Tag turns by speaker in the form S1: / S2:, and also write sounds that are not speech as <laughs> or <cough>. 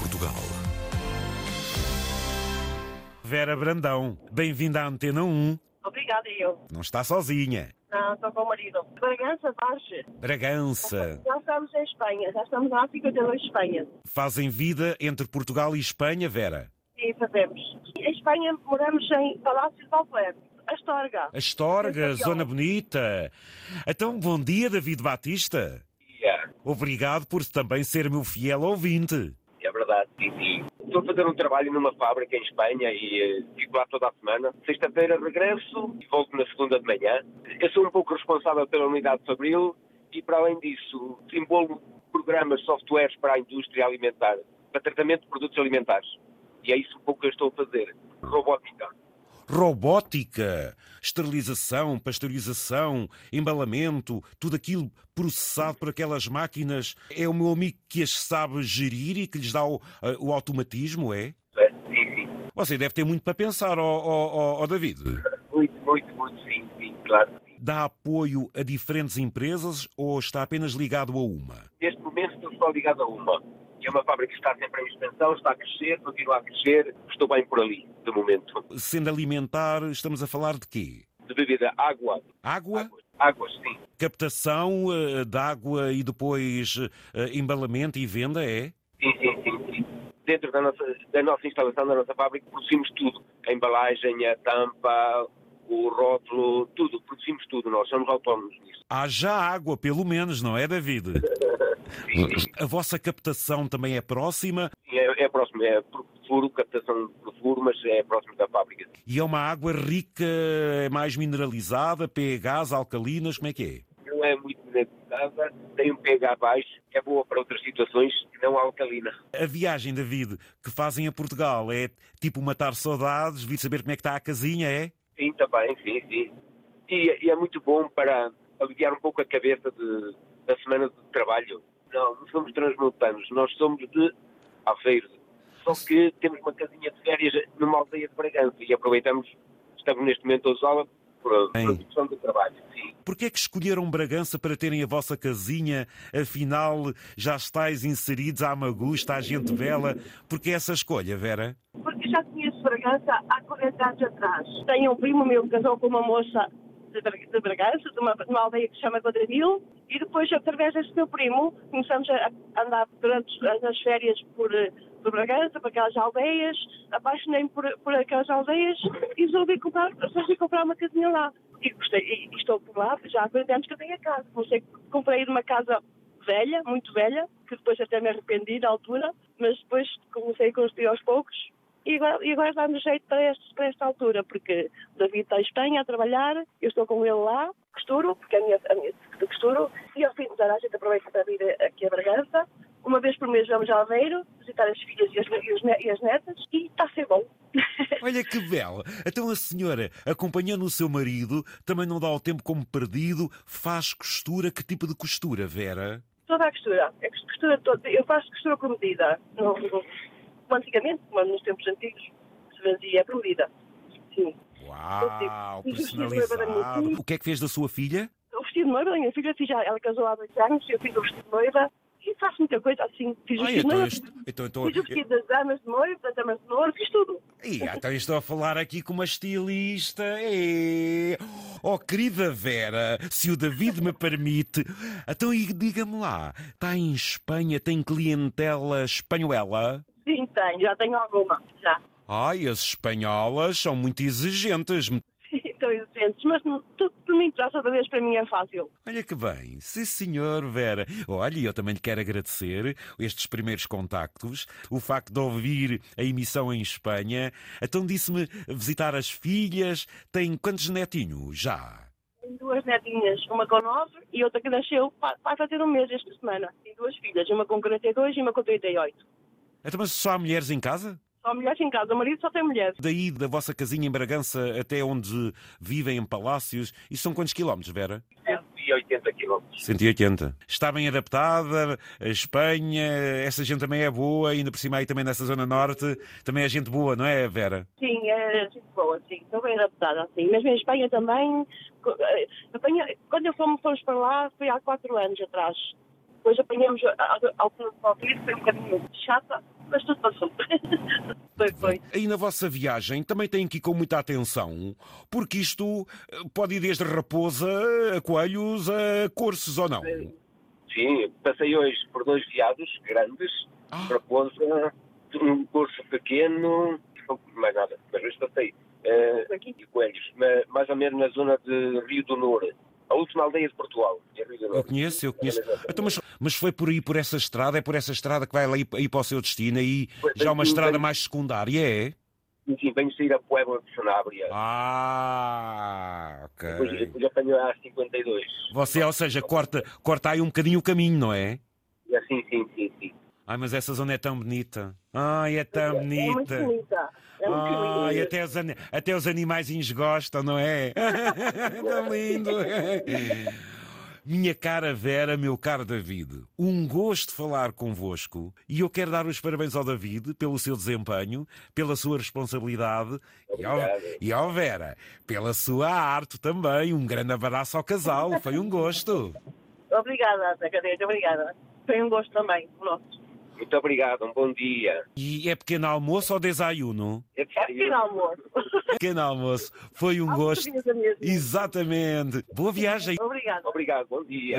S1: Portugal.
S2: Vera Brandão, bem-vinda à Antena 1.
S3: Obrigada, e eu.
S2: Não está sozinha.
S3: Não, estou com o marido. Bragança, Varge.
S2: Bragança.
S3: Já estamos em Espanha, já estamos há 52 Espanha.
S2: Fazem vida entre Portugal e Espanha, Vera?
S3: E fazemos. Em Espanha moramos em Palácio de Alcler, Astorga.
S2: Astorga,
S3: Sim, senhor.
S2: Zona é Bonita. Então, bom dia, David Batista.
S4: Yeah,
S2: Obrigado por também ser meu fiel ouvinte.
S4: é verdade, sim, sim. Estou a fazer um trabalho numa fábrica em Espanha e eh, fico lá toda a semana. Sexta-feira regresso e volto na segunda de manhã. Eu sou um pouco responsável pela unidade Fabril e, para além disso, desenvolvo programas, softwares para a indústria alimentar, para tratamento de produtos alimentares. E é isso um pouco que eu estou a fazer. Robótica.
S2: Robótica, esterilização, pasteurização, embalamento, tudo aquilo processado por aquelas máquinas. É o meu amigo que as sabe gerir e que lhes dá o, eh, o automatismo, é?
S4: É, Sim, sim.
S2: Você deve ter muito para pensar, ó ó- ó- ó David.
S4: Muito, muito, muito, sim, sim, claro.
S2: Dá apoio a diferentes empresas ou está apenas ligado a uma?
S4: Neste momento estou só ligado a uma. E é uma fábrica que está sempre em expansão, está a crescer, continua a crescer. Estou bem por ali, de momento.
S2: Sendo alimentar, estamos a falar de quê?
S4: De bebida, água.
S2: Água,
S4: Águas, águas sim.
S2: captação eh, de água e depois eh, embalamento e venda, é?
S4: Sim, sim, sim, sim. Dentro da nossa, da nossa instalação, da nossa fábrica, produzimos tudo. A embalagem, a tampa, o rótulo, tudo. Produzimos tudo. Nós somos autónomos nisso.
S2: Há já água, pelo menos, não é, David?
S4: Sim, sim.
S2: A vossa captação também é próxima
S4: Sim, É, é próximo, é por furo, captação por furo, mas é próximo da fábrica.
S2: e é uma água rica, é mais mineralizada, pHs, alcalinas, como é que é?
S4: Não é muito necessitada, tem um pH baixo, é boa para outras situações que não a alcalina.
S2: é? A viagem, David, que fazem a Portugal é tipo matar saudades, vir saber como é que está a casinha, é?
S4: Sim, também, sim, sim. E, e é muito bom para aliviar um pouco a cabeça de- da semana de trabalho. Não, não somos transmontanos, nós somos de Aveiro. Só que temos uma casinha de férias numa aldeia de Bragança e aproveitamos, estamos neste momento a usá-la para para
S2: Bem.
S4: a produção de trabalho. Sim,
S2: Porquê é que escolheram Bragança para terem a vossa casinha? Afinal, já estáis inseridos à Magusta, à Gente Bela. Porquê essa escolha, Vera?
S3: Porque já conheço Bragança há 40 anos atrás. Tenho um primo meu que casou com uma moça de Bra- de Bragança, de uma, de uma aldeia que se chama Quadradil, e depois, através desse meu primo, começamos a a andar durante as as férias por, eh, por Bragança, por aquelas aldeias, apaixonei-me por, por aquelas aldeias e resolvi comprar, resolvi comprar uma casinha lá. E, gostei, e- e estou por lá, já há 40 anos que eu tenho a casa. Comecei- Comprei numa casa velha, muito velha, que depois até me arrependi da altura, mas depois comecei a construir aos poucos e agora, e agora dá-me jeito para, este- para esta altura, porque o David está em Espanha a trabalhar, eu estou com ele lá, costuro, porque é a minha, a minha de costuro, e ao fim de ano a gente aproveita para vir aqui a Bragança, uma vez por mês vamos a Aveiro, visitar as filhas e as, e os ne- e as netas, e está a ser bom. <laughs>
S2: Olha que bela! Então a senhora, acompanhando o seu marido, também não dá o tempo como perdido, faz costura. Que tipo de costura, Vera?
S3: toda a costura. A costura toda. Eu faço costura com medida. Não, não, antigamente, como nos tempos antigos, se fazia por medida. Sim.
S2: Uau,
S3: Eu fiz- eu fiz uma para
S2: personalizado.
S3: mim.
S2: O que é que fez da sua filha?
S3: O vestido de noiva, a minha filha, fiz, assim já- ela casou há dois anos, eu fiz o vestido de noiva e faço muita coisa assim. Fiz o
S2: Ai,
S3: vestido de
S2: então,
S3: noiva,
S2: este, então, então,
S3: fiz o vestido das damas de noiva, das damas de noiva, fiz tudo.
S2: Ih, ah, então eu estou a falar aqui com uma estilista. É. Oh, querida Vera, se o David me permite, então e diga-me lá, está em Espanha, tem clientela espanhola?
S3: Sim, tenho, já tenho alguma, já. <laughs>
S2: Ai, as espanholas são muito exigentes.
S3: Estou inocentes, mas não- tudo que me interessa outra vez para mim é fácil.
S2: Olha que bem, sim senhor Vera. Olha, e eu também lhe quero agradecer estes primeiros contactos, o facto de ouvir a emissão em Espanha. Então disse-me visitar as filhas, tem quantos netinhos já?
S3: Tenho duas netinhas, uma com nove e outra que nasceu, vai vai fazer um mês esta semana. Tenho duas filhas, uma com 42 e uma com 38.
S2: Então, mas só há mulheres em casa?
S3: Só mulheres em casa, o marido só tem mulheres.
S2: Daí da vossa casinha em Bragança até onde vivem em palácios, isso são quantos quilómetros, Vera?
S4: 180 quilómetros.
S2: 180. Está bem adaptada, a Espanha, essa gente também é boa, ainda por cima aí também nessa zona norte, também é gente boa, não é, Vera?
S3: Sim, é muito boa, sim. Estou bem adaptada, assim. Mesmo em Espanha também. co- eh, apanha- Quando eu fomos, fomos para lá, foi há quatro anos atrás. Depois apanhamos a- a- a altura do Covid, foi um bocadinho chata, mas tudo passou. <laughs> foi, foi.
S2: E na vossa viagem também têm que ir com muita atenção, porque isto eh, pode ir desde raposa a coelhos a corços ou não.
S4: Sim, passei hoje por dois veados grandes,
S2: Ah.
S4: raposa, um curso pequeno, pouco mais nada, mas hoje passei. eh,
S3: Aqui.
S4: e coelhos, ma- mais ou menos na zona de Rio do Norte, a última aldeia de Portugal, é Rio do Norte.
S2: Eu conheço, eu conheço. Então, mas, mas foi por aí, por essa estrada, é por essa estrada que vai ali ir para o seu destino, aí
S4: Foi-
S2: já uma
S4: foi-
S2: estrada
S4: foi-
S2: mais secundária, é?
S4: Enfim, venho sair a Puebla de Sanabria.
S2: Ah,
S4: Depois,
S2: ok.
S4: depois apanho a 52.
S2: Você, ou seja, corta, corta aí um bocadinho o caminho, não é?
S4: E assim, sim, sim, sim.
S2: Ai, mas essa zona é tão bonita. Ai, é tão
S3: É muito
S2: bonita. Ah,
S3: bonita. É muito
S2: Ai,
S3: bonita.
S2: até os, ani- até os animaizinhos gostam, não é? <laughs> Tão lindo. Minha cara Vera, meu caro David, um gosto falar convosco e eu quero dar os parabéns ao David pelo seu desempenho, pela sua responsabilidade e ao,
S4: Obrigado.
S2: e ao Vera pela sua arte também. Um grande abraço ao casal, foi um gosto.
S3: Obrigada, Zeca Neto, obrigada. Foi um gosto também, o nosso.
S4: Muito obrigado, um bom dia.
S2: E é pequeno almoço ou desayuno? É
S4: É
S3: É pequeno almoço.
S2: Pequeno almoço, foi um gosto.
S3: Portuguesa mesmo.
S2: Exatamente. Boa viagem.
S3: Obrigada.
S4: Obrigado, bom dia.